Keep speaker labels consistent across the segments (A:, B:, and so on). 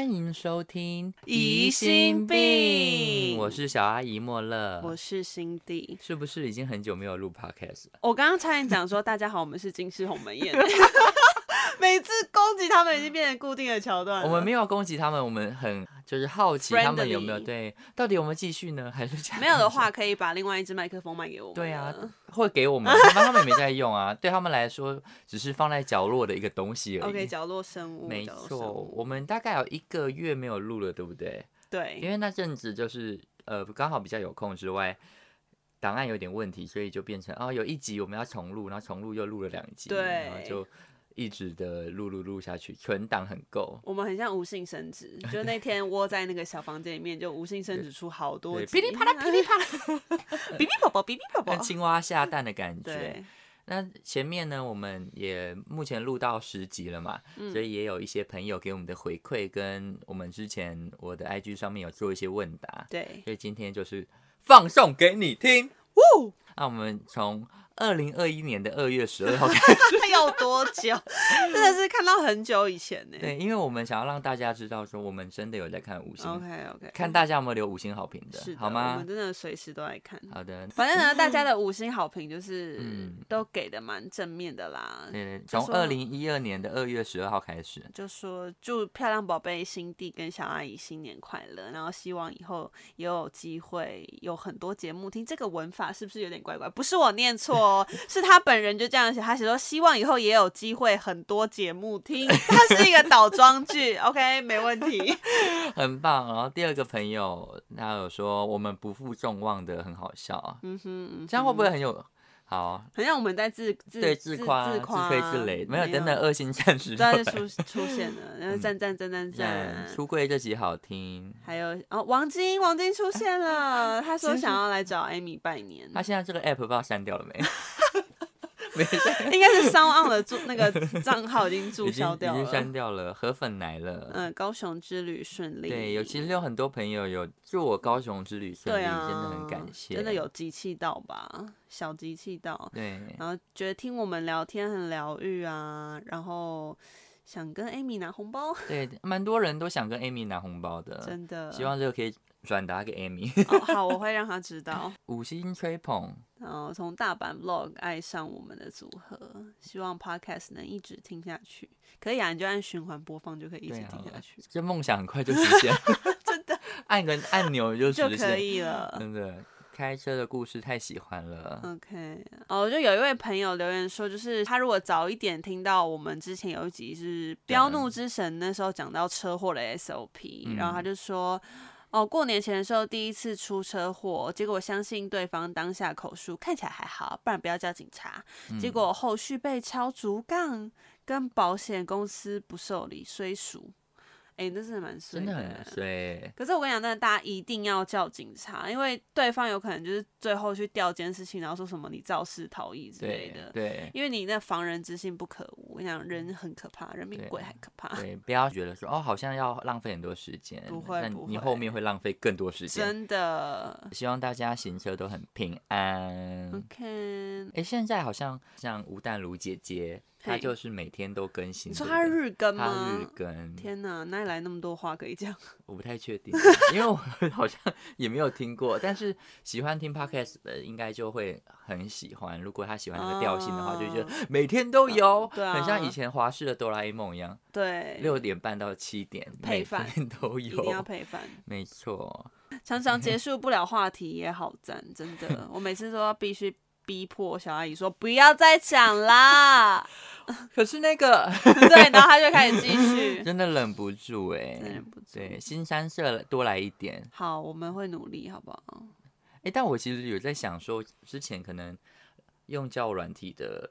A: 迎收听《
B: 疑心病
A: 我是小阿姨莫乐。
B: 我是辛迪。
A: 是不是已经很久没有录
B: 呃
A: podcast 了？
B: 我刚刚差点讲说，大家好，我们是金氏鸿门 宴。每次攻击他们已经变成固定的桥段了。
A: 我们没有攻击他们，我们很就是好奇
B: Friendly
A: 他们有没有对，到底有没有继续呢？还是这样
B: 没有 的？话，可以把另外一只麦克风卖给我们。
A: 对啊，会给我们，反正他们也没在用啊，对他们来说只是放在角落的一个东西而已。
B: ，OK，角落生物，
A: 啊没
B: 角落
A: 错
B: 生，物
A: 我们大概有一个月没有录了，对不对？因
B: 对，
A: 为那阵子就是呃刚好比较有空之外，档案有点问题，所以就变成哦有一集我们要重录，然后重录又录了两集，然后
B: 对
A: 就一直的录录录下去，存档很够。
B: 我们很像无性生殖，就那天窝在那个小房间里面，就无性生殖出好多
A: 对，噼
B: 集
A: 里啪啦，噼里 啪啦，
B: 哔哔宝宝，哔哔宝宝
A: 像。青蛙下蛋的感觉。
B: 对，
A: 那前面呢，我们也目前录到十集了嘛，
B: 嗯
A: 所以也有一些朋友给我们的回馈，跟我们之前我的 IG 上面有做一些问答，
B: 对，
A: 所以今天就是放送给你听。
B: 呜，
A: 那我们从二零二一年的二月十二 号开
B: 要多久？真的是看到很久以前呢。
A: 对，因为我们想要让大家知道说，我们真的有在看五星，
B: ，OK OK，
A: 看大家有没有留五星好评的，
B: 是的
A: 好
B: 我
A: 吗
B: 们？真的随时都在看。
A: 好的，
B: 反正呢，大家的五星好评就是、
A: 嗯
B: 都给的蛮正面的啦，
A: 对，
B: 就
A: 从
B: 说
A: 二零一二年的二月十二号开始，
B: 就说祝漂亮宝贝新弟跟小阿姨新年快乐，然后希望以后也有机会有很多节目听。这个文法是不是有点怪怪？不是我念错哦，是他本人就这样写，他写说希望以后也有机会很多节目 听，它是一个倒装句，OK，没问题。
A: 很棒。然后第二个朋友他有说我们不负众望的很好笑啊，
B: 嗯哼，嗯
A: 这样会不会很有好？
B: 很像我们在自自
A: 对，
B: 自
A: 自夸、
B: 自
A: 自
B: 夸
A: 吹自擂，没有，等等，恶性战士
B: 对
A: 就
B: 它
A: 来
B: 就出出现了，然后赞赞赞赞赞
A: 嗯，。出柜这集好听。
B: 还有哦，王晶，王晶出 现了，他说想要来找艾米拜年，
A: 他现在这个 app 不知道删掉了 没？没删，
B: 应该是烧 on 的注那个账号已经注
A: 已经
B: 销
A: 已
B: 掉
A: 经
B: 了。
A: 删掉了，河粉来了。
B: 嗯，高雄之旅顺利。
A: 对，有其实有很多朋友有祝我高雄之旅顺
B: 对
A: 利，真
B: 啊，
A: 的很感谢，
B: 真的。有集气到吧，小集气到，
A: 对，
B: 然后觉得听我们聊天很疗愈啊，然后想跟艾米拿红包，
A: 对，蛮多人都想跟 Amy 拿红包的，
B: 真的。
A: 呃希望这个可以转达给 Amy。
B: 哦好，我会让他知道。
A: 五星吹捧，
B: 然后从大阪 vlog 爱上我们的组合，希望 podcast 能一直听下去。可以啊，你就按循环播放就可以一直
A: 对啊
B: 听下去，
A: 这梦想很快就实现，
B: 真的
A: 按个按钮就
B: 就
A: 实
B: 可
A: 现，
B: 以了。
A: 真
B: 嗯
A: 的。开车的故事太喜欢了，
B: OK，哦，就有一位朋友留言说，就是他如果早一点听到我们之前有一集是《飙怒之神》，那时候讲到车祸的 SOP，、
A: 啊嗯
B: 然后他就说。哦，过年前的时候第一次出车祸，结果我相信对方当下口述看起来还好，不然不要叫警察。
A: 嗯
B: 结果后续被敲竹杠，跟保险公司不受理，虽属。哎、那真的蛮衰
A: 真的很衰。
B: 可是我跟你讲，真的，大家一定要叫警察，因为对方有可能就是最后去调监视器，然后说什么你肇事逃逸之类
A: 对
B: 的。
A: 对
B: 因为你那防人之心不可无，我跟你讲，人很可怕，人比
A: 对
B: 鬼还可怕，
A: 对，不要觉得说哦，好像要浪费很多时间，
B: 不会
A: 但
B: 不
A: 你
B: 会
A: 后面会浪费更多时间。
B: 真的。
A: 希望大家行车都很平安。
B: 嗯 OK，
A: 哎、现在好像像吴淡如姐姐，她
B: 嘿
A: 就是每天都更新。
B: 你说
A: 对不
B: 他
A: 对
B: 日更
A: 她日
B: 吗？
A: 更，
B: 天哪，哪里来那么多话可以讲？
A: 我不太确 定，因为我 好像也没有听过。但是喜欢听 podcast 的，应该就会很喜欢。如果他喜欢那个调性的话，就觉得每天都有，
B: 啊对啊
A: 很像以前华视的哆啦 A 梦一样，
B: 对，
A: 六点半到七点，
B: 配
A: 每
B: 饭
A: 天都
B: 一定哦要
A: 有。
B: 配饭。
A: 没错，
B: 常
A: 嗯
B: 常结束不了话题也好赞，真的，我每次都要必须逼迫小阿姨说不要再讲啦，
A: 可是那个
B: 对，然后她就开始继 续。
A: 真的忍不 住哎、
B: 真的忍不住
A: 对，新三社多来一点，
B: 好，我们会努力，好不好？
A: 哎、但我其实有在想说，之前可能用交友软体的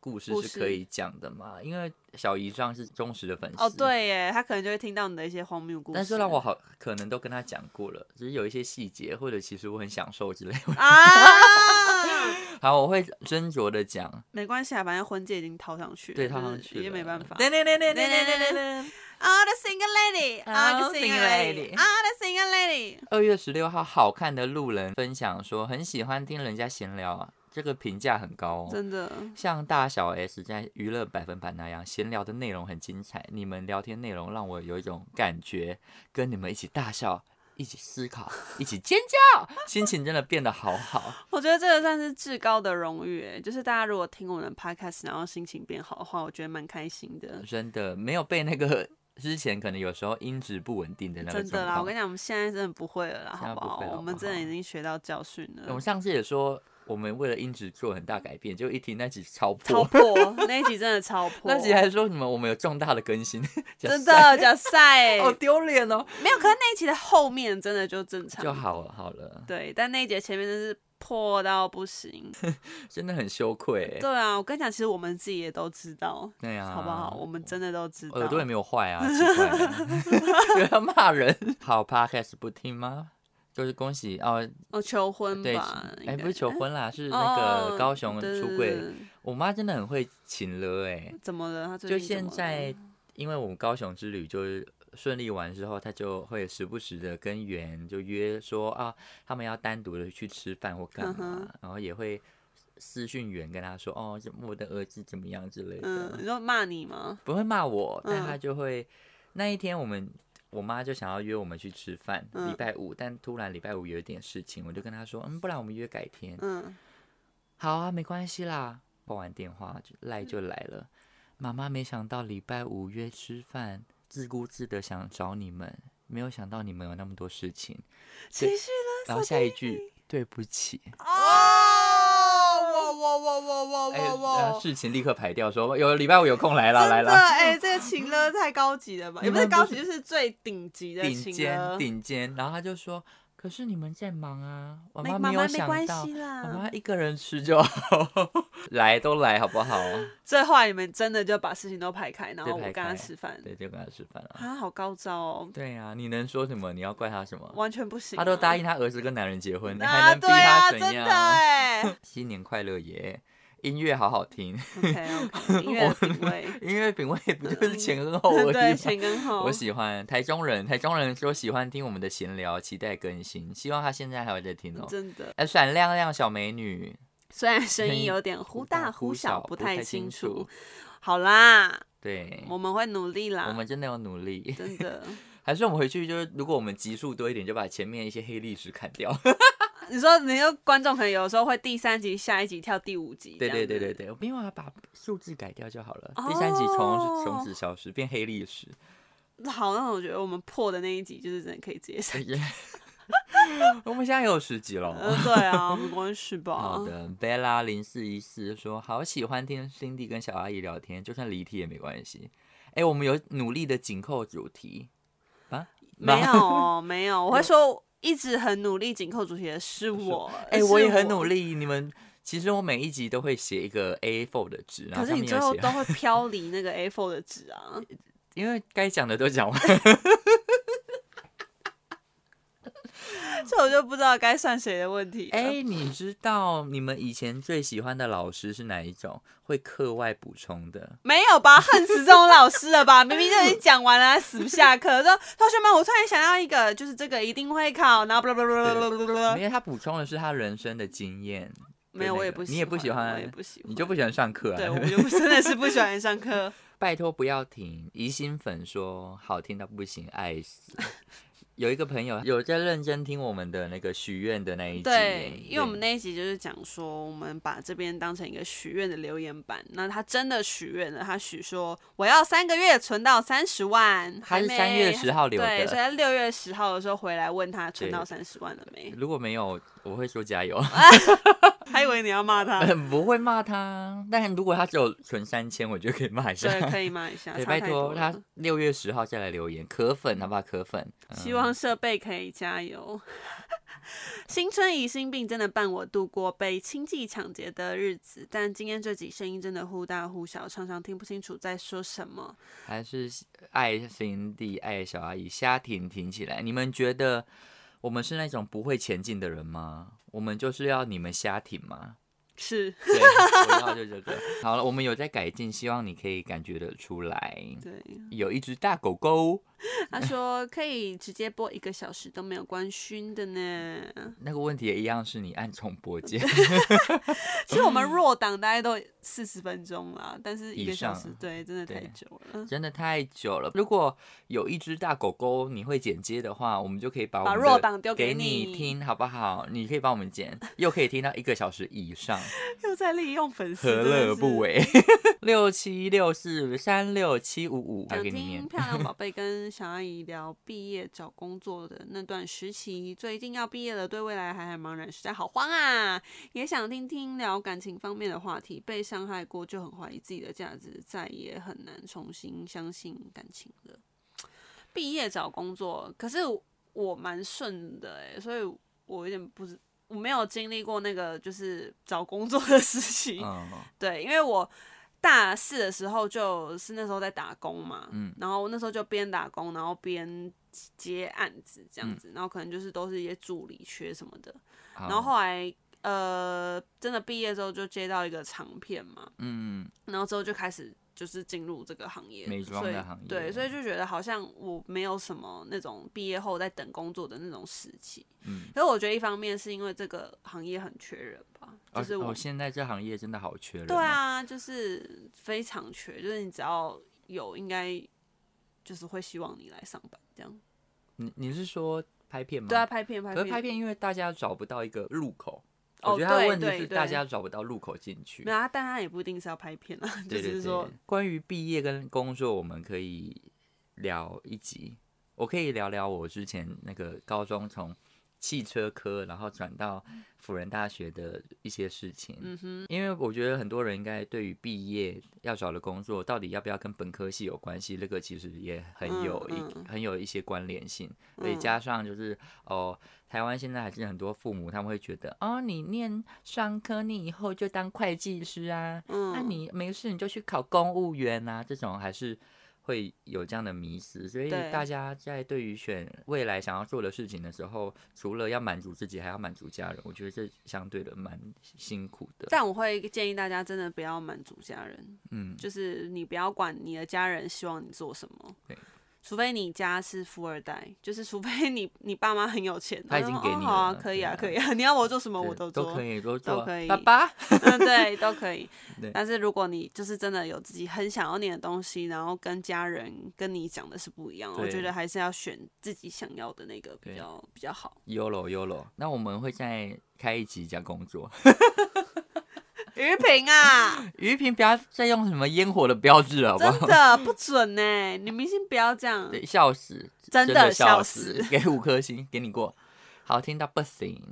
A: 故事
B: 故
A: 是可
B: 事
A: 以讲的嘛，因为小姨上是忠实的粉丝。
B: 哦，。对耶，他可能就会听到你的一些荒谬故事。
A: 但是让我好可能都跟她讲过了，只是有一些细节，或者其实我很享受之类的。
B: 啊，
A: 好，我会斟酌的讲。
B: 没关系啊，反正婚戒已经套上去了，
A: 对，
B: 就
A: 她好像
B: 是
A: 去
B: 已经没
A: 了
B: 办法。
A: 对对对对对对
B: 对对
A: 对
B: 对
A: 对。
B: 啊，the single lady，啊
A: 好
B: ，the single
A: single lady
B: lady，啊，the single lady。
A: 二月十六号，好看的路人分享说很喜欢听人家闲聊啊这个评价很高哦。
B: 真的，
A: 像大小 S 在娱乐百分百那样，闲聊的内容很精彩，你们聊天内容让我有一种感觉，跟你们一起大笑。一起思考，一起尖叫，心情真的变得好好。
B: 我觉得这个算是至高的荣誉欸，就是大家如果听我们的 podcast，然后心情变好的话，我觉得蛮开心的。
A: 真的没有被那个之前可能有时候音质不稳定的那个
B: 真的
A: 状
B: 啦，我
A: 况。
B: 跟你讲，我们现在真的不会了啦，
A: 现在
B: 好
A: 不
B: 好？
A: 会了
B: 我们
A: 好
B: 真的
A: 不
B: 已
A: 好
B: 经学到教训
A: 我
B: 了
A: 们。上次也说，我们为了音质做很大改变，就一听那集超
B: 超
A: 破，
B: 破那一集真的超破，
A: 那集还说什么我们有重大的更新，
B: 真的欸假赛，
A: 好丢脸哦，
B: 没有。可是那一集的后面真的就正常
A: 就好了好了，
B: 对，但那一节前面真是破到不行。
A: 真的很羞愧欸。
B: 对啊，我跟你讲，其实我们自己也都知道，
A: 对啊，
B: 好不好？我们真的都知道。
A: 耳朵也没有坏啊，奇怪 了，又要骂人。好，Podcast 不听吗？就是恭喜哦，
B: 哦，求婚
A: 对，
B: 吧？应
A: 哎，
B: 该
A: 不是求婚啦，是
B: 哦
A: 那
B: 哦
A: 个高雄
B: 对
A: 出
B: 对
A: 柜
B: 对。对
A: 我妈真的很会请了哎、
B: 怎么了？他最
A: 就
B: 近怎
A: 现
B: 么了
A: 在，因为我们高雄之旅就是顺利完之后，她就会时不时的跟圆就约说啊，他们要单独的去吃饭或干嘛，
B: 嗯哼
A: 然后也会私讯圆跟她说哦，这我的儿子怎么样之类的。
B: 嗯，你说骂你吗？
A: 不会骂我，但
B: 嗯
A: 他就会、那一天我们我妈就想要约我们去吃饭，
B: 嗯
A: 礼拜五，但突然礼拜五有一点事情，我就跟她说，嗯，不然我们约改天。
B: 嗯，
A: 好啊，没关系啦。挂完电话就赖就来了，妈妈没想到礼拜五约吃饭，自顾自的想找你们，没有想到你们有那么多事情。
B: 情绪勒
A: 然后下一句，对不起，
B: 哦，我我我我
A: 哎、呃事情立刻排掉，说有礼拜五有空来啦，来
B: 真的
A: 啦。
B: 哎、这个情勒太高级了吧？也
A: 你
B: 不是
A: 们不
B: 高级，
A: 是
B: 就是最顶级的
A: 顶
B: 情
A: 尖。
B: 勒
A: 顶尖，然后他就说：“可是你们在忙啊，妈
B: 没
A: 妈
B: 妈
A: 没有
B: 妈没
A: 想
B: 关
A: 到
B: 系，啊啦，
A: 妈妈一个人吃就好， 来都来好不好？
B: 最后啊来你们真的就把事情都排开，然
A: 对
B: 后我
A: 排
B: 跟他
A: 开
B: 吃饭。
A: 对，就跟他吃饭了。
B: 啊，好高招哦，
A: 对呀、你能说什么？你要怪他什么？
B: 完全不行、
A: 他都答应他儿子跟男人结婚，你还
B: 啊，
A: 能逼
B: 对啊，
A: 他怎
B: 真的
A: 样？
B: 哎。
A: 新年快乐耶！音乐好好听，，
B: OK OK，音哎乐的品味
A: 音乐品味不就是前跟后而已吗？
B: 嗯 对前跟后
A: 我，喜欢台中人，台中人说喜欢听我们的闲聊，期待更新，希望他现在还有在听哦。
B: 真的。
A: 哎，闪亮亮小美女，
B: 虽然声音有点忽
A: 忽
B: 大
A: 大
B: 忽
A: 忽
B: 小，
A: 小
B: 不
A: 不
B: 太
A: 太清
B: 清楚
A: 楚。
B: 好啦，
A: 对，
B: 我们会努力
A: 我
B: 啦，
A: 们真的有努力，
B: 真的。
A: 还是我们回去就是，如果我们集数多一点，就把前面一些黑历史砍掉。
B: 你说，你说观众可能有时候会第三集、下一集跳第五 集，
A: 对对对
B: 这
A: 对
B: 样子。哦
A: 对，我没有啊，把数字改掉就好了。第三集从从此消失，变黑历史。
B: 好，那我觉得我们破的那一集就是真的可以直接删。
A: 我们现在有十集了。
B: 嗯，对啊，没关系吧？
A: 好的，Bella
B: 哦
A: 零四一四说好喜欢听 Cindy 跟小阿姨聊天，就算离题也没关系。哎、我们有努力的紧扣主题啊？
B: 没有哦，没有，我会说一直很努力紧扣主题的是我，
A: 哎、
B: 是
A: 我也很努。力。你们其实我每一集都会写一个 A4 的纸，然
B: 可
A: 后
B: 是
A: 上
B: 你
A: 面
B: 最
A: 有
B: 后
A: 写
B: 都会飘离那个 A4 的纸啊，
A: 因为该讲的都讲完，
B: 这我就不知道该算谁的问题了。
A: 哎、你知道你们以前最喜欢的老师是哪一种？会课外补充的。
B: 没有吧？恨死这种老师了吧？明明就已经讲完了，还死不下课。说同学们，我突然想到一个，就是这个一定会考，然后 blah blah blah blah blah blah blah
A: 因为他补充的是他人生的经验，
B: 没有，我也
A: 那个
B: 不喜欢，
A: 你也不喜欢
B: 我也不喜欢，
A: 你就不喜欢上课啊？
B: 对，我就不真的是不喜欢上课。
A: 拜托不要停！疑心粉说好听到不行，爱死。 有一个朋友有在认真听我们的那个许愿的那一集，
B: 对，因为我们那一集就是讲说，我们把这边当成一个许愿的留言板。那他真的许愿了，他许说我要三个月存到三十万，
A: 他是
B: 还没
A: 三月十号留
B: 对，所以
A: 的，
B: 他六月十号的时候回来问他存
A: 对
B: 到三十万了没，
A: 如果没有，我会说加油，
B: 他以为你要骂他，
A: 不会骂他。但如果他只有存三千，我觉得可以骂一下。
B: 对，可以骂一下，
A: 对，
B: 差
A: 拜
B: 太
A: 托
B: 多
A: 他
B: 了。
A: 六月十号再来留言，可粉好不好？可粉，嗯
B: 希望设备可以加油。 新春疑心病真的伴我度过被亲戚抢劫的日子，但今天这集声音真的忽大忽小，常常听不清楚在说什么。
A: 还是爱心地爱小阿姨瞎挺挺起来。你们觉得我们是那种不会前进的人吗？我们就是要你们瞎挺吗？
B: 是，
A: 对，我要就这个。 好了，我们有在改进，希望你可以感觉得出来。
B: 对，
A: 有一只大狗狗，
B: 他说可以直接播一个小时都没有官宣的呢。
A: 那个问题也一样是你按重播 键，
B: 其实我们弱档大概都四十分钟啦，但是一
A: 嗯
B: 个
A: 以
B: 小
A: 上
B: 时对，真的太
A: 对
B: 久了。
A: 真的太久了。如果有一只大狗狗你会剪接的话，我们就可以把我
B: 把
A: 们
B: 弱
A: 的
B: 档丢给
A: 给
B: 你
A: 听，好不好？你可以帮我们剪，又可以听到一个小时以 上，
B: 又在利用粉丝，
A: 何
B: 真的
A: 乐而
B: 是
A: 不 为？ 六七六四三六七五五，还
B: 想
A: 给你
B: 听
A: 念。
B: 漂亮宝贝跟小阿姨聊毕业找工作的那段时期，最近要毕业了，对未来还很茫然，实在好慌啊！也想听听聊感情方面的话题，被伤害过就很怀疑自己的价值，再也很难重新相信感情了。毕业找工作，可是我蛮顺的哎、所以我有点不知，我没有经历过那个就是找工作的事情。
A: 嗯，
B: 对，因为我大四的时候就是那时候在打工嘛，
A: 嗯
B: 然后那时候就边打工，然后边接案子这样子，然后可能就是都是一些助理缺什么的，
A: 嗯好
B: 然后后来呃真的毕业之后就接到一个长片嘛，
A: 嗯，
B: 然后之后就开始就是进入这个行业，
A: 美妆
B: 所以
A: 的行业
B: 对，所以就觉得好像我没有什么那种毕业后在等工作的那种时期。
A: 嗯，
B: 可是我觉得一方面是因为这个行业很缺人吧，就
A: 而
B: 是我、
A: 哦，现在这行业真的好缺人、
B: 对，啊，就是非常缺，就是你只要有，应该就是会希望你来上班这样。
A: 你你是说拍片吗？
B: 对啊，，拍片拍
A: 可
B: 片，
A: 是拍片因为大家找不到一个入口，
B: 哦
A: 我觉得他的
B: 对
A: 问题
B: 对
A: 是
B: 对
A: 大家找不到入口进去
B: 没。有啊，但他也不一定是要拍片啊，就
A: 对
B: 是
A: 对
B: 说
A: 对，关于毕业跟工作，我们可以聊一集。我可以聊聊我之前那个高中从汽车科，然后转到辅仁大学的一些事情。嗯哼，因为我觉得很多人应该对于毕业要找的工作，到底要不要跟本科系有关系，这个其实也很
B: 嗯
A: 有一、
B: 嗯
A: 很有一些关联性。所以
B: 嗯
A: 加上就是哦，台湾现在还是很多父母他们会觉得，哦，你念商科，你以后就当会计师啊，那、
B: 嗯
A: 你没事你就去考公务员啊，这种还是会有这样的迷思。所以
B: 对
A: 大家在对于选未来想要做的事情的时候，除了要满足自己，还要满足家人，我觉得这相对的蛮辛苦的。
B: 但我会建议大家真的不要满足家人，
A: 嗯，
B: 就是你不要管你的家人希望你做什么
A: 对。
B: 除非你家是富二代，就是除非你你爸妈很有钱，
A: 他已
B: 然后
A: 经给
B: 哦
A: 你
B: 好啊，
A: 了
B: 可以啊，可
A: 对
B: 以啊，你要我做什么
A: 对
B: 我都做，
A: 都可以，都做啊
B: 可以
A: 爸爸，
B: 嗯，对，都可以
A: 对。
B: 但是如果你就是真的有自己很想要念的东西，然后跟家人跟你讲的是不一样的，我
A: 对
B: 觉得还是要选自己想要的那个比
A: 对
B: 较比较好。
A: ，yolo yolo。那我们会再开一集讲工作。
B: 于平啊，
A: 于平不要再用什么烟火的标志了，好不
B: 真
A: 好？
B: 的不准呢、女明星不要这样。
A: 对，笑死，
B: 真的
A: 的
B: 笑
A: 死
B: 死，
A: 给五颗星，给你过。好听到不行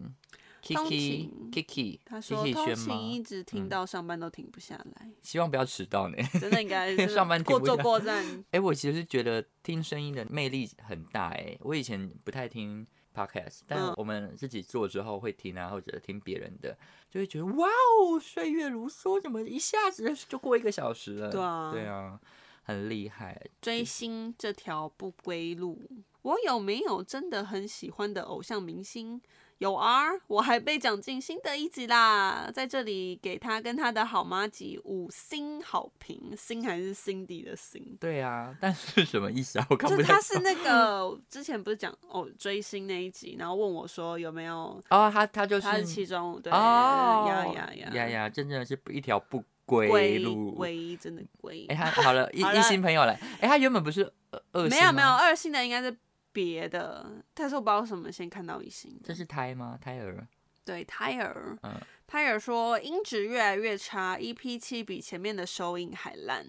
B: 通勤
A: ，Kiki，Kiki，
B: 他说
A: Kiki
B: 通
A: 轩
B: 勤一
A: 吗？嗯
B: 直听到上班都停不下来，
A: 希望不要迟到呢。
B: 真的应该是
A: 上班停
B: 过
A: 不
B: 坐
A: 下
B: 过站。
A: 哎、我其实觉得听声音的魅力很大哎、我以前不太听 podcast，但
B: 嗯
A: 我们自己做之后会听啊，或者听别人的，就会觉得哇哦，岁月如梭，怎么一下子就过一个小时了？
B: 对啊
A: 对啊，很厉害。
B: 追星这条不归路。我有没有真的很喜欢的偶像明星？有啊，我还被讲进新的一集啦，在这里给他跟他的好妈吉五星好评，星还是 Cindy 的星。
A: 对啊，但是什么意思啊？我看
B: 就
A: 不
B: 是
A: 太
B: 他是 那个之前不是讲哦追星那一集，然后问我说有没有
A: 哦，他他就是
B: 他是其中对
A: 哦，
B: 呀呀呀
A: 呀呀，真正是一条不归
B: 龟
A: 路。
B: 龟真的龟
A: 哎、，他好了，一
B: 好
A: 一
B: 了
A: 星朋友来，哎、他原本不是二二
B: 没
A: 星
B: 有没有
A: 吗，
B: 二星的应该是别的，但是我不知道为什么先看到一星的
A: 这是胎吗？胎儿？
B: 对胎儿，
A: 嗯
B: 胎儿说音质越来越差，EP 七比前面的收音还烂，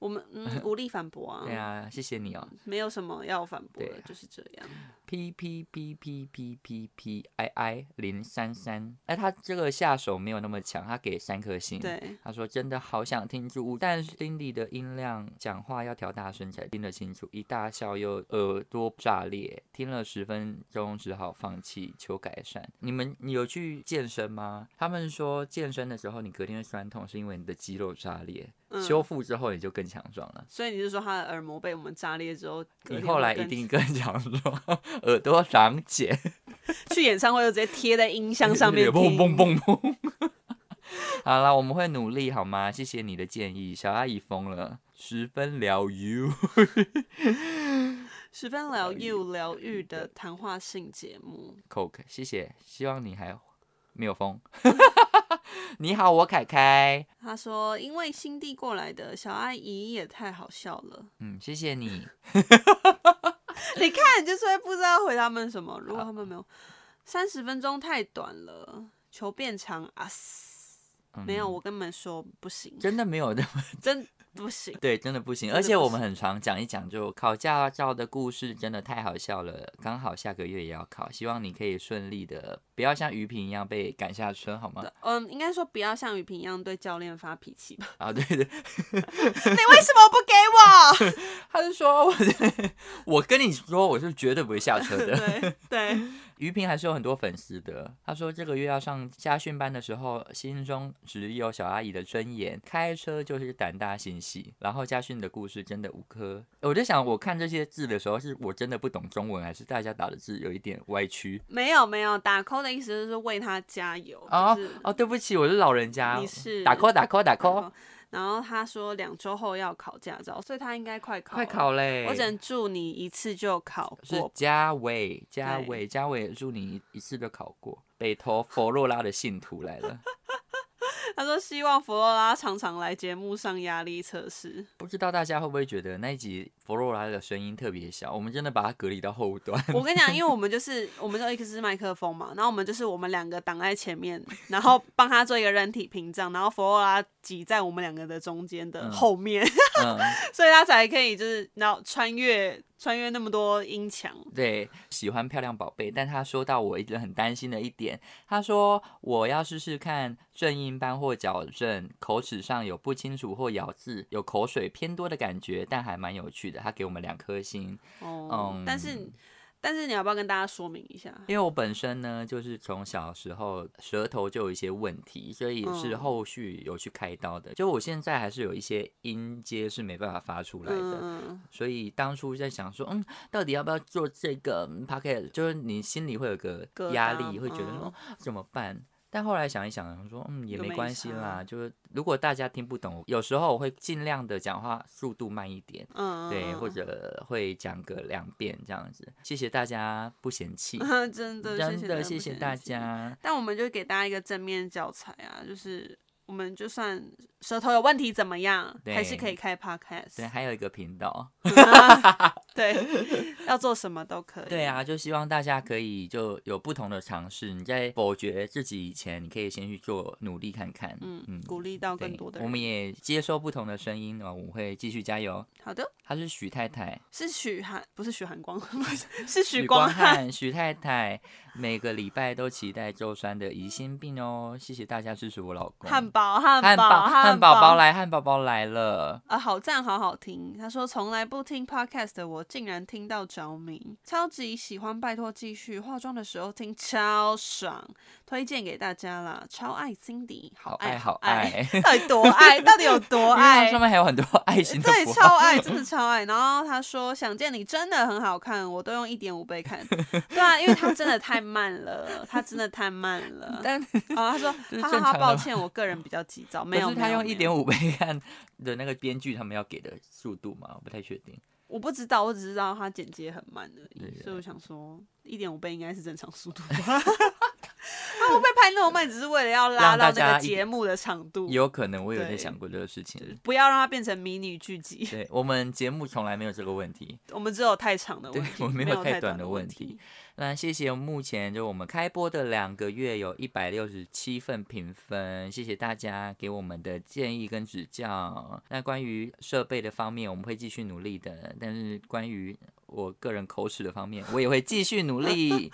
B: 我们 嗯无力反驳啊，
A: 对啊，谢谢你哦。
B: 没有什么要反驳
A: 对
B: 的，
A: 啊
B: 就是这样。
A: P P P P P P P I I 零三三，哎，他这个下手没有那么强，他给三颗星。。
B: 对，
A: 他说：“真的好想听住屋，但是 Cindy 的音量讲话要调大声才听得清楚，一大笑又耳朵炸裂，听了十分钟只好放弃，求改善。你们你有去健身吗？他们说健身的时候你隔天会酸痛，是因为你的肌肉炸裂，
B: 嗯
A: 修复之后你就更强壮了。”
B: 所以你是说他的耳膜被我们炸裂之后，隔
A: 你
B: 天
A: 后
B: 会
A: 来一
B: 跟
A: 定更强壮， 耳朵长茧，
B: 去演唱会就直接贴在音 箱上面
A: 蹦
B: 听
A: 蹦蹦蹦。好啦，我们会努力好吗？谢谢你的建议，小阿姨疯了，十分疗愈。
B: 十分疗愈、疗愈的谈话性节目。
A: Coke，谢谢，希望你还没有疯。 你好，我凯凯。
B: 他说，因为新地过来的小阿姨也太好笑了，
A: 嗯，谢谢你。
B: 你看就是会不知道回他们什么。如果他们没有三十分钟太短了，求变长啊！
A: 嗯
B: 没有，，我跟你们说不行，
A: 真的没有那么。
B: 真不行
A: 对，真的不行。
B: 真的
A: 而且
B: 不
A: 我们很常讲一讲，就考驾照的故事真的太好笑了。刚好下个月也要考，希望你可以顺利的，不要像于平一样被赶下车，好 吗？
B: 嗯，应该说不要像雨萍一样对教练发脾 气吧。
A: 啊，对对，
B: 你为什么不给我？
A: 他是说我， 我跟你说，我是绝对不会下车 的。
B: 对对，
A: 于平还是有很多粉丝的。他说这个月要上家训班的时候，心中只有小阿姨的尊严，开车就是胆大心细。然后家训的故事真的无科，我在想，我看这些字的时候，是我真的不懂中文，还是大家打的字有一点歪曲？
B: 没有没有，打 call 的意思就是为他加油，
A: 哦
B: 就是
A: 哦，对不起，我是老人家
B: 你，是哦
A: 打 call 打 call 打
B: 然
A: call，
B: 后然后他说两周后要考驾照，所以他应该快考，
A: 快。考嘞！
B: 我只能祝你一次就考
A: 是
B: 过。
A: 嘉伟，嘉
B: 对
A: 伟，嘉伟，祝你一次都考过。北投佛洛拉的信徒来了，
B: 他说希望佛罗拉常常来节目上压力测试。
A: 不知道大家会不会觉得那一集佛洛拉的声音特别小？我们真的把它隔离到后端，
B: 我跟你讲，因为我们就是我们就一支麦克风嘛，然后我们就是我们两个挡在前面，然后帮他做一个人体屏障，然后佛罗拉挤在我们两个的中间的
A: 嗯
B: 后面，
A: 嗯，
B: 所以他才可以就是然后穿越穿越那么多音墙。
A: 对，喜欢漂亮宝贝，但他说到我一直很担心的一点，他说我要试试看正音班或矫正，口齿上有不清楚或咬字，有口水偏多的感觉，但还蛮有趣的。他给我们两颗星，
B: 哦、
A: 嗯
B: 但是但是你要不要跟大家说明一下？
A: 因为我本身呢，就是从小时候舌头就有一些问题，所以是
B: 嗯
A: 后续有去开刀的。就我现在还是有一些音阶是没办法发出来的，
B: 嗯，
A: 所以当初在想说，嗯，到底要不要做这个 p o c a s t 就是你心里会有个
B: 疙瘩
A: 压力，会觉得
B: 嗯
A: 哦怎么办？但后来想一想，说嗯也
B: 又
A: 没
B: 没
A: 关系啦，
B: 差
A: 就是如果大家听不懂，有时候我会尽量的讲话速度慢一点，
B: 嗯，
A: 对，
B: 嗯，
A: 或者会讲个两遍这样子。谢谢大家不嫌弃
B: 嗯 真的
A: 真的谢
B: 谢
A: 谢大。
B: 不嫌弃
A: 家。
B: 但我们就给大家一个正面教材啊，就是我们就算舌头有问题怎么样，
A: 对
B: 还是可以开
A: 对，啊
B: podcast，
A: 还有一个频道，
B: 对 要做什么都可以。
A: 对，啊，就希望大家可以就有不同的尝试。你在否决自己以前，你可以先去做努力看看。
B: 嗯，鼓励到
A: 对
B: 更多的
A: 我
B: 人。
A: 们也接收不同的声音哦，我会继续加油。
B: 好的，
A: 她是许太太，
B: 是许寒，不是许寒光， 不是是许
A: 光
B: 光汉。
A: 汉，许太太，每个礼拜都期待周三的疑心病哦。谢谢大家支持我老公。
B: 汉堡，汉
A: 汉
B: 堡，
A: 汉
B: 堡
A: 堡包来，汉堡包来了。
B: 啊，好赞，好好听。他说从来不听 podcast 的我，竟然听到着迷，超级喜欢，拜托继续。化妆的时候听超爽，推荐给大家啦，超爱 Cindy，
A: 好
B: 爱
A: 爱好
B: 爱，
A: 爱，
B: 到底多爱？到底有 多
A: 因为它
B: 爱
A: 上？面还有 很多爱心的
B: 对，
A: 符号。
B: 超爱，真的超爱。然后他说想见你真的很好看，我都用一点五倍看。对啊，因为他真的太慢了，他真的太慢了。
A: 但
B: 啊，他说
A: 这是
B: 哈
A: 正
B: 哈哈，
A: 常的
B: 抱
A: 吗
B: 歉，我个人比较急 躁，没
A: 可
B: 有，
A: 是他
B: 没有
A: 用
B: 没
A: 一
B: 有
A: 点五倍看的那个编剧他们要给的速度嘛，我不太确定。
B: 我不知道，我只知道它剪接很慢而
A: 对啊
B: 已，
A: 对
B: 所以我想说一点五倍应该是正常速度吧。 他会不会拍那么慢，只是为了要拉
A: 让
B: 到
A: 大
B: 那
A: 家
B: 个节目的长度，
A: 也有可能我有在
B: 对
A: 想过这个事情。
B: 不要让它变成迷你剧集。
A: 对我们节目从来没有这个问题。
B: 我们只有太长的问题，
A: 对我没有
B: 有
A: 太
B: 太
A: 短
B: 短
A: 的
B: 问
A: 问题。那谢谢目前就我们开播的两个月有一百六十七份评分，谢谢大家给我们的建议跟指教。那关于设备的方面，我们会继续努力的，但是关于我个人口齿的方面，我也会继续努 力。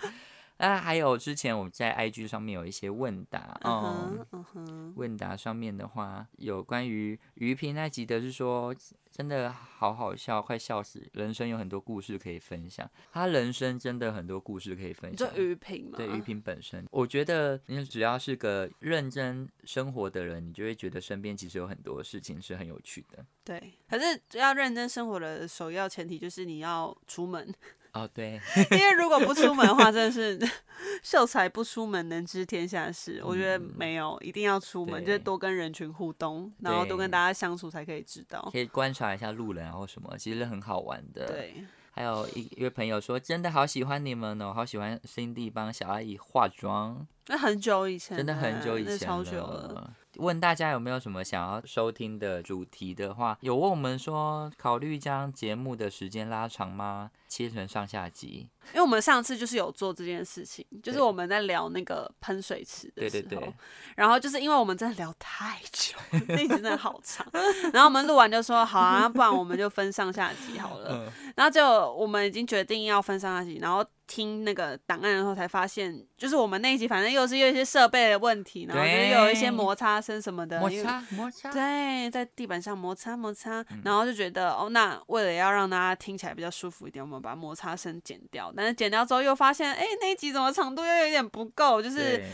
A: 那还有之前我们在 IG 上面有一些问答，
B: 嗯
A: 哦。
B: 哼，嗯哼，
A: 问答上面的话，有关于于平那集的是说，真的好好笑，快笑死！人生有很多故事可以分享，他人生真的很多故事可以分
B: 你说
A: 享。
B: 鱼评嘛，
A: 对于平本身，我觉得你只要是个认真生活的人，你就会觉得身边其实有很多事情是很有趣的。
B: 对。可是要认真生活的首要前提就是你要出门，
A: 哦，对，
B: 因为如果不出门 的话，真的是 秀才不出门，能知天下事。我觉得没有，一定要出门，
A: 嗯对
B: 就是多跟人群互动，然后多跟大家相处才可以知道。
A: 可以观察一下路人啊或什么，其实很好玩的。
B: 对，
A: 还有一一位朋友说，真的好喜欢你们哦，好喜欢 Cindy 帮小阿姨化妆。
B: 那很久以前了，
A: 真的很久以
B: 那
A: 前
B: 超久了。
A: 问大家有没有什么想要收听的主题的话，有问我们说考虑将节目的时间拉长吗？切成上下集。
B: 因为我们上次就是有做这件事情，就是
A: 对
B: 我们在聊那个喷水池的
A: 对
B: 时
A: 对
B: 候，啊
A: 对，
B: 然后就是因为我们真的聊太久，那一集真的好长，然后我们录完就说好啊，不然我们就分上下集好了。
A: 嗯
B: 然后就我们已经决定要分上下集，然后听那个档案的时候才发现，就是我们那一集反正又是又有一些设备的问题，然后就是
A: 对
B: 又有一些摩擦声什么的，
A: 摩
B: 因为
A: 擦嗯摩擦。
B: 对，在地板上摩擦摩擦，然后就觉得、哦，那为了要让大家听起来比较舒服一点，我们把摩擦声剪掉。但是剪掉之后又发现，哎、那一集怎么长度又有点不够，就是
A: 对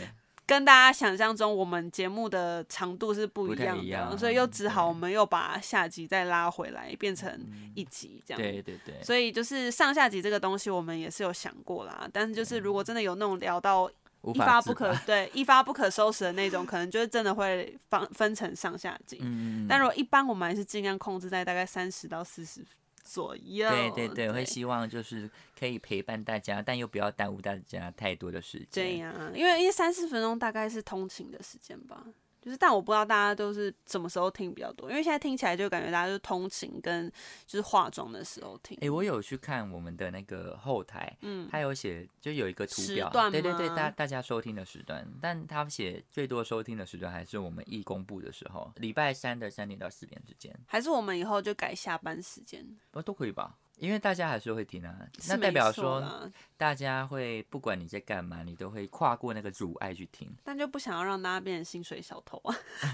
B: 跟大家想象中我们节目的长度是不
A: 不
B: 一
A: 太
B: 样的，
A: 一样
B: 所以又只好
A: 对嗯
B: 我们又把下集再拉回来，变成一集这样。
A: 对对对，
B: 所以就是上下集这个东西，我们也是有想过啦。但是就是如果真的有那种聊到
A: 嗯无
B: 一发
A: 法自
B: 不可
A: 拔。
B: 对一发不可收拾的那种，可能就是真的会分分成上下集。
A: 嗯，嗯嗯
B: 但如果一般，我们还是尽量控制在大概三十到四十左右。
A: 对对对，我会希望就是可以陪伴大家，但又不要耽误大家太多的时间。
B: 这样啊，因为因为三四分钟大概是通勤的时间吧。就是，但我不知道大家都是什么时候听比较多，因为现在听起来就感觉大家就是通勤跟就是化妆的时候听。
A: 哎、我有去看我们的那个后台，嗯，它有写，就有一个图
B: 时
A: 表，
B: 段
A: 对对对，
B: 吗
A: 大大家收听的时段，但它写最多收听的时段还是我们一公布的时候，礼拜三的三点到四点之间，
B: 还是我们以后就改下班时间，
A: 不都可以吧？因为大家还是会听啊，那
B: 是
A: 代
B: 没
A: 表
B: 错
A: 说
B: 啦
A: 大家会不管你在干嘛，你都会跨过那个阻碍去听。
B: 但就不想要让大家变成薪水小偷啊， 因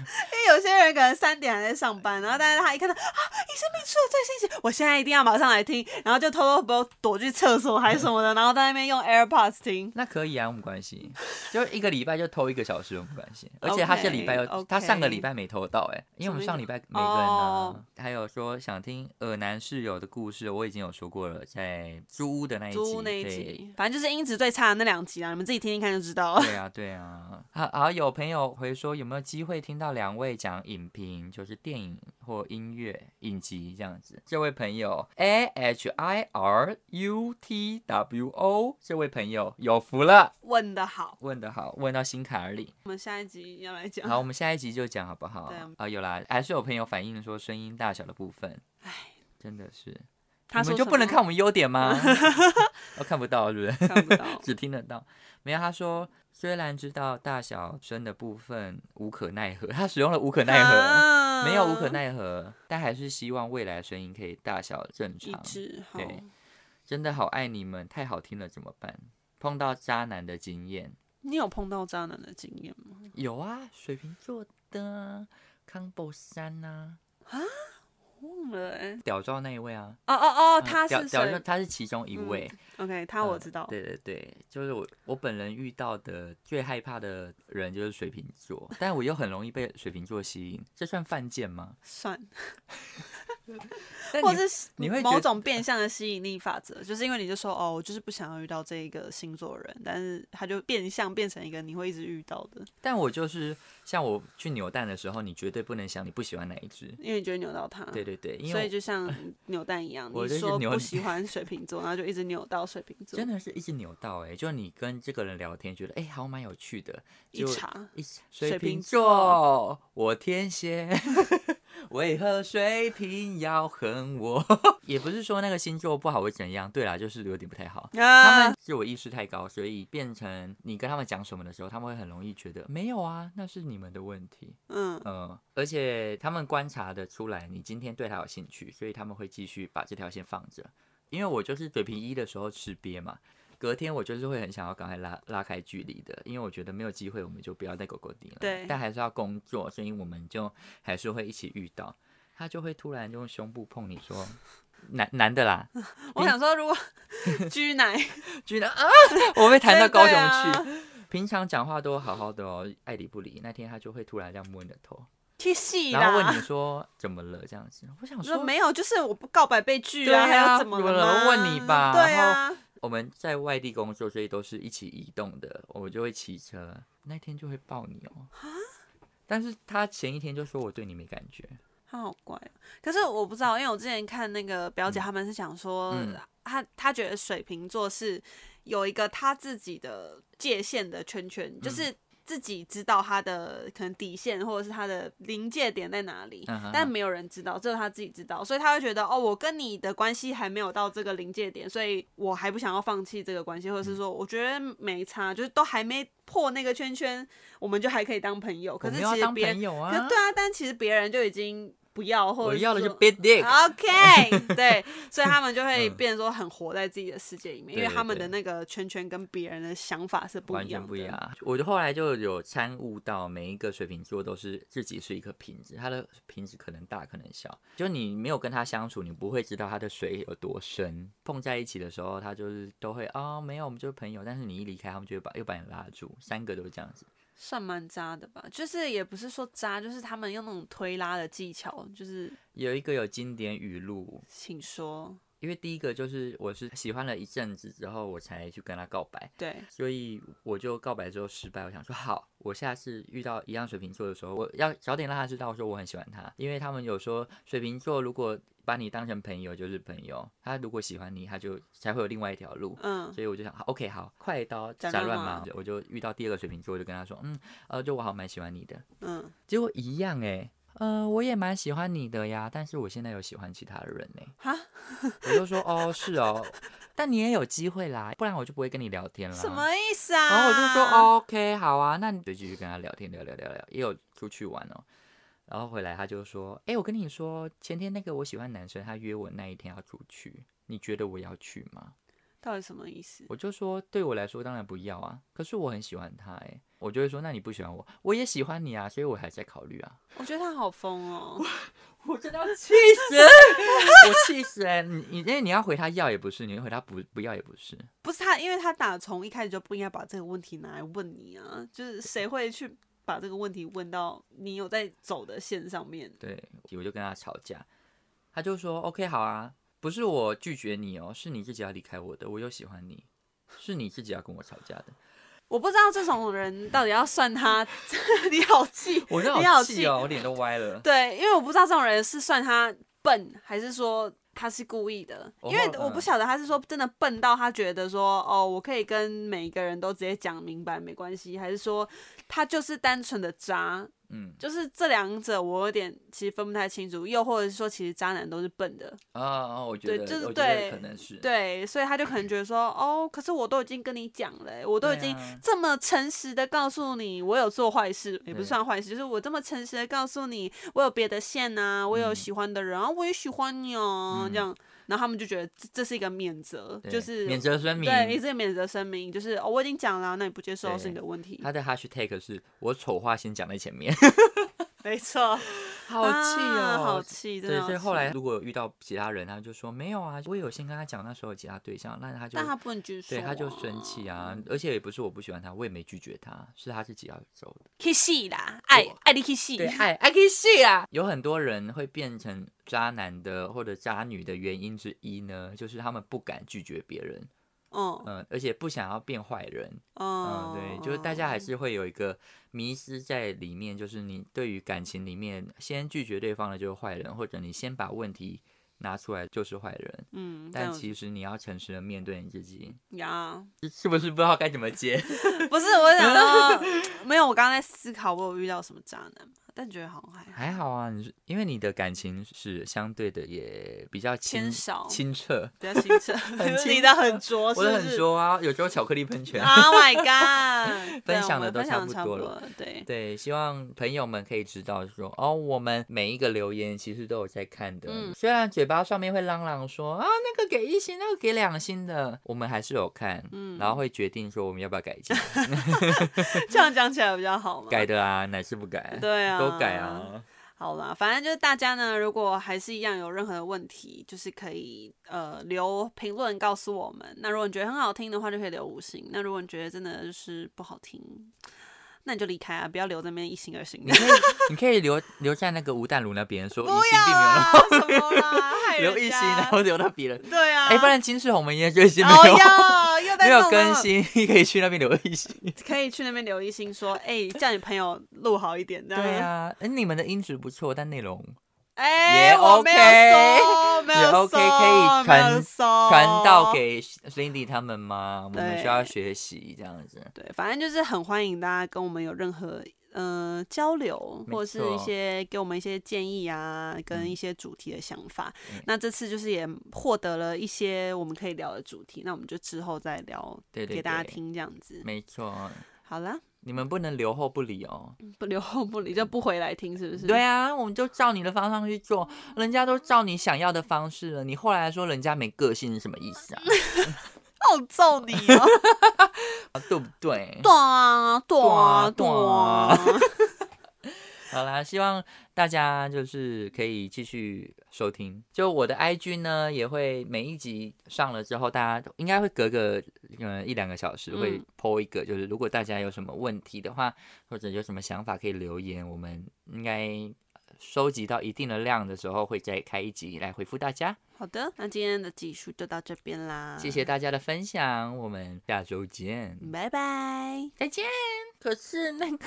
B: 为有些人可能三点还在上班，然后但是他一看到啊，医生秘出了最新集，我现在一定要马上来听，然后就偷偷不躲去厕所还是什么的，然后在那边用 AirPods 听。
A: 那可以啊，我们关系，就一个礼拜就偷一个小时，我们关 系。而且他这礼拜又，他上个礼拜没偷到哎、因为我们上礼拜没跟啊。
B: 哦
A: 还有说想听尔南室友的故事，我已经有说过了，在租屋的那一集，
B: 租那一
A: 对
B: 集，反正就是音质最差的那两集啊，你们自己听听看就知道 了。
A: 对啊，对啊，好，好有朋友回说有没有机会听到两位讲影评，就是电影或音乐影集这样子。这位朋友 A H I R U T W O，这位朋友有福了，
B: 问的好，
A: 问得好，问到心坎儿里。
B: 我们下一集要来讲。
A: 好，我们下一集就讲好不好？
B: 对
A: 啊、有啦，还是有朋友反映说声音大小的部分，
B: 唉，
A: 真的是，
B: 他
A: 你
B: 说
A: 们就不能看
B: 什
A: 我们优点吗？ 我、看不到，是不是？
B: 么看 不到，
A: 只听得到。没有，他说虽然知道大小声的部分无可奈何，他使用了无可奈何，
B: 啊
A: 没有无可奈何，但还是希望未来声音可以大小正
B: 一
A: 常。
B: 致好。
A: 对真的好爱你们，太好听了怎么办？碰到渣男的经验
B: 你有碰到渣男的经验吗？
A: 有啊，水瓶座的康宝山啊呐、
B: 忘了哎、
A: 屌照那一位啊。
B: 哦哦哦，
A: 嗯
B: 他
A: 屌
B: 是
A: 屌照
B: 谁
A: 他是其中一
B: 嗯
A: 位，
B: ？OK，他我
A: 嗯
B: 知道。
A: 对对对，就是我我本人遇到的最害怕的人就是水瓶座，但我又很容易被水瓶座吸引，这算犯贱吗？
B: 算，
A: 但
B: 或
A: 你
B: 者是
A: 你会觉
B: 某
A: 得
B: 种变相的吸引力法则，就是因为你就说哦，我就是不想要遇到这一个星座的人，但是他就变相变成一个你会一直遇到的，
A: 但我就是像我去扭蛋的时候，你绝对不能想你不喜欢哪一只。
B: 因为你觉得扭到他。
A: 对对对，因
B: 嗯所以
A: 为
B: 就像扭蛋一样，
A: 我
B: 你
A: 就是
B: 说
A: 扭
B: 不喜欢水瓶座，然后就一直扭到水瓶
A: 我
B: 座
A: 真，的是一直扭到哎、欸，就你跟这个人聊天，觉得哎、好蛮有趣的，
B: 一
A: 就
B: 查
A: 一水
B: 水
A: 瓶
B: 瓶
A: 座，我天蝎， 为何水瓶要恨我？ 也不是说那个星座不好会怎样，对啦，就是有点不太好。他
B: 啊
A: 们，自我意识太高，所以变成你跟他们讲什么的时候，他们会很容易觉得没有啊，那是你们的问题。
B: 嗯，
A: 嗯，而且他们观察的出来，你今天对他有兴趣，所以他们会继续把这条线放着。因为我就是嘴皮一的时候吃瘪嘛，隔天我就是会很想要赶快拉拉开距离的，因为我觉得没有机会，我们就不要再狗狗盯了。
B: 对
A: 但还是要工作，所以我们就还是会一起遇到。他就会突然用胸部碰你说，男男的啦，
B: 我想说，如果居奶
A: 居然啊， 我被弹到高雄
B: 真
A: 去。平常讲话都好好的哦，爱理不理。那天他就会突然这样摸你的头，
B: 去戏
A: 然后问
B: 啦
A: 你，说怎么了这样子。我想
B: 我说
A: 说，
B: 没有，就是我不告白被拒
A: 对啊
B: 还有怎么
A: 有
B: 了
A: 人
B: 吗？
A: 问你吧
B: 对
A: 然
B: 啊，
A: 我们在外地工作，所以都是一起移动的，我就会骑车。那天就会抱你哦。但是他前一天就说我对你没感觉，
B: 他好乖哦，可是我不知道，因为我之前看那个表姐他们是想说，
A: 嗯
B: 他他他觉得水瓶座是有一个他自己的界限的圈圈，
A: 嗯
B: 就是自己知道他的可能底线或者是他的临界点在哪里，
A: 嗯哼
B: 但没有人知道，只有他自己知道，所以他会觉得哦，我跟你的关系还没有到这个临界点，所以我还不想要放弃这个关系，
A: 嗯
B: 或者是说我觉得没差，就是都还没破那个圈圈，我们就还可以当朋友。
A: 我
B: 可是
A: 们要
B: 其实
A: 当
B: 别人
A: 朋友
B: 可
A: 啊
B: 对，啊，但其实别人就已经不要，或
A: 我
B: 者
A: 要的是
B: 说
A: big dick，
B: OK，对，所以他们就会
A: 嗯
B: 变成说很活在自己的世界里面，因
A: 对
B: 为
A: 对
B: 他们的
A: 对
B: 那个圈圈跟别人的想法是不
A: 完
B: 一样
A: 全
B: 的，
A: 不一样。我就后来就有参悟到，每一个水瓶座都是自己是一个瓶子，它的瓶子可能大，可能小。就你没有跟他相处，你不会知道它的水有多深。碰在一起的时候，他就是都会啊、没有，我们就是朋友。但是你一离开，他们就会把又把你拉住。三个都是这样子。
B: 算蛮渣的吧？就是也不是说渣，就是他们用那种推拉的技巧，就是
A: 有一个有经典语录，
B: 请说，
A: 因为第一个就是我是喜欢了一阵子之后，我才去跟他告白。
B: 对，
A: 所以我就告白之后失败，我想说好，我下次遇到一样水瓶座的时候，我要早点让他知道说我很喜欢他，因为他们有说水瓶座如果把你当成朋友就是朋友，他如果喜欢你，他就才会有另外一条路。
B: 嗯，
A: 所以我就想好，OK，好，快刀
B: 斩
A: 斩
B: 乱
A: 乱
B: 麻
A: 麻，我就遇到第二个水瓶座，我就跟他说，嗯，呃，就我好蛮喜欢你的，
B: 嗯，
A: 结果一样哎、呃，我也蛮喜欢你的呀，但是我现在有喜欢其他的人呢、
B: 哈，
A: 我就说哦，是哦， 但你也有机会啦，不然我就不会跟你聊天了。
B: 什么意思啊？
A: 哦然后我就说，OK，好啊，那你就继续跟他聊天，聊聊聊聊，也有出去玩哦。然后回来他就说，哎、我跟你说，前天那个我喜欢男生，他约我那一天要出去，你觉得我要去吗？
B: 到底什么意思？
A: 我就说，对我来说当然不要啊，可是我很喜欢他、哎，我就会说，那你不喜欢我，我也喜欢你啊，所以我还在考虑啊。
B: 我觉得他好疯哦，
A: 我 真的要气 死，我气死哎、你你因为你要回他要也不是，你回他不不要也不是，
B: 不是他，因为他打从一开始就不应该把这个问题拿来问你啊，就是谁会去把这个问题问到你有在走的线上面？
A: 对，我就跟他吵架，他就说 OK 好啊，不是我拒绝你哦，是你自己要离开我的，我又喜欢你，是你自己要跟我吵架的，
B: 我不知道这种人到底要算他， 你好气，
A: 我真
B: 你
A: 的
B: 好
A: 好
B: 气
A: 气哦，我脸都歪 了。
B: 对，因为我不知道这种人是算他笨，还是说他是故意的，
A: 我
B: 因
A: 后
B: 为我
A: 嗯
B: 不晓得他是说真的笨到他觉得说哦，我可以跟每一个人都直接讲明白没关系，还是说他就是单纯的渣，
A: 嗯
B: 就是这两者我有点其实分不太清楚，又或者是说其实渣男都是笨的，
A: 啊啊，我觉
B: 对
A: 得，
B: 就是
A: 我觉得
B: 对
A: 可能是，
B: 对，所以他就可能觉得说，哦，可是我都已经跟你讲了欸、我都已
A: 对
B: 经
A: 啊
B: 这么诚实的告诉你，我有做坏事，也不
A: 对
B: 算坏事，就是我这么诚实的告诉你，我有别的线呐、我有
A: 嗯
B: 喜欢的人啊，我也喜欢你哦、
A: 嗯
B: 这样，然后他们就觉得这这是一个免责，
A: 对
B: 就是
A: 免责声明。
B: 对，这个免责声明，就是哦，我已经讲了啊，那你不接受
A: 对
B: 是你的问题，
A: 他的 hashtag 是我丑话先讲在前 面，
B: 没错，
A: 好气
B: 啊
A: 哦，
B: 好气，真的
A: 对，
B: 好
A: 所以后
B: 气
A: 来如果有遇到其他人，他就说没有啊，我有先跟他讲那时候有其他对象，那他就
B: 但他不能哦接受、
A: 对他就生气啊，而且也不是我不喜欢他，我也没拒绝他，是他自己要走的。
B: 去戏啦，爱爱你去 戏，
A: 对，爱爱可以戏啊。有很多人会变成渣男的或者渣女的原因之一呢，就是他们不敢拒绝别人，
B: 嗯
A: 嗯，而且不想要变坏人，嗯，
B: 嗯，
A: 对，就是大家还是会有一个迷失在里面，就是你对于感情里面先拒绝对方的就是坏人，或者你先把问题拿出来就是坏人，
B: 嗯，这
A: 但
B: 样
A: 其实你要诚实的面对你自己，
B: 呀，
A: 是不是不知道该怎么接？
B: 不是我想说，没有，我刚刚在思考我有遇到什么渣男嘛，但觉得好像还好
A: 还好啊，你是因为你的感情是相对的也比较清
B: 偏少
A: 清澈，
B: 比较清澈，
A: 很清
B: 你的很浊，
A: 我
B: 哦是
A: 的
B: 不
A: 很
B: 是？
A: 说啊，有时候巧克力喷 泉。
B: Oh my god！对
A: 分享
B: 我们
A: 的都
B: 分
A: 差
B: 享
A: 不
B: 的差
A: 多
B: 了
A: 了，
B: 对。
A: 对，希望朋友们可以知道说，哦，我们每一个留言其实都有在看的。
B: 嗯
A: 虽然嘴巴上面会嚷嚷说啊，那个给一星，那个给两星的，我们还是有看，
B: 嗯
A: 然后会决定说我们要不要改进，
B: 这样讲起来比较好嘛。
A: 改的啊，哪是不改，
B: 对啊，
A: 都改。啊。
B: 好啦，反正就是大家呢，如果还是一样有任何的问题，就是可以呃留评论告诉我们。那如果你觉得很好听的话，就可以留五星；那如果你觉得真的就是不好听，那你就离开啊，不要留在那边一星二 星
A: 你。可以，你可以留留在那个吴淡如那边说一星并没有那么，
B: 啊什么啦，害人
A: 留一星，
B: 家
A: 然后留到别人。
B: 对啊，
A: 哎、不然金世红们也最近没
B: 哦
A: 有、
B: 哟，又在
A: 没有
B: 弄
A: 更
B: 了，
A: 新， 可以去那边留一星。
B: 可以去那边留一星说，哎、叫你朋友录好一点，这样
A: 啊对，啊，哎、你们的音质不错，但内容
B: 哎、
A: 也
B: 我没有
A: OK，
B: 收，没
A: 也
B: 有
A: OK，
B: 收，
A: 可以
B: 没有
A: 传
B: 收
A: 传到。给 Cindy 他们吗？我们需要
B: 哦对
A: 学习这样子。
B: 对，反正就是很欢迎大家跟我们有任何呃交流，
A: 没
B: 或者是一
A: 错
B: 些给我们一些建议啊，跟
A: 嗯
B: 一些主题的想法。
A: 嗯
B: 那这次就是也获得了一些我们可以聊的主题，那我们就之后再聊
A: 对对
B: 给大家
A: 对
B: 听这样子。
A: 没错，
B: 好啦，
A: 你们不能留后不理哦。
B: 不留后不理就不回来听，是不是？
A: 对啊，我们就照你的方向去做，人家都照你想要的方式了，你后来说人家没个性是什么意思啊？
B: 好揍你哦！
A: 啊对不对？
B: 对啊，对啊，
A: 对
B: 对
A: 啊
B: 啊！
A: 好啦，希望大家就是可以继续收听。就我的 IG 呢，也会每一集上了之后，大家应该会隔个呃一两个小时会
B: 嗯
A: PO 一个。就是如果大家有什么问题的话，或者有什么想法可以留言，我们应该收集到一定的量的时候，会再开一集来回复大家。
B: 好的，那今天的技术就到这边啦，
A: 谢谢，大家的分享，我们下周见，
B: 拜拜。
A: 再见。可是那个。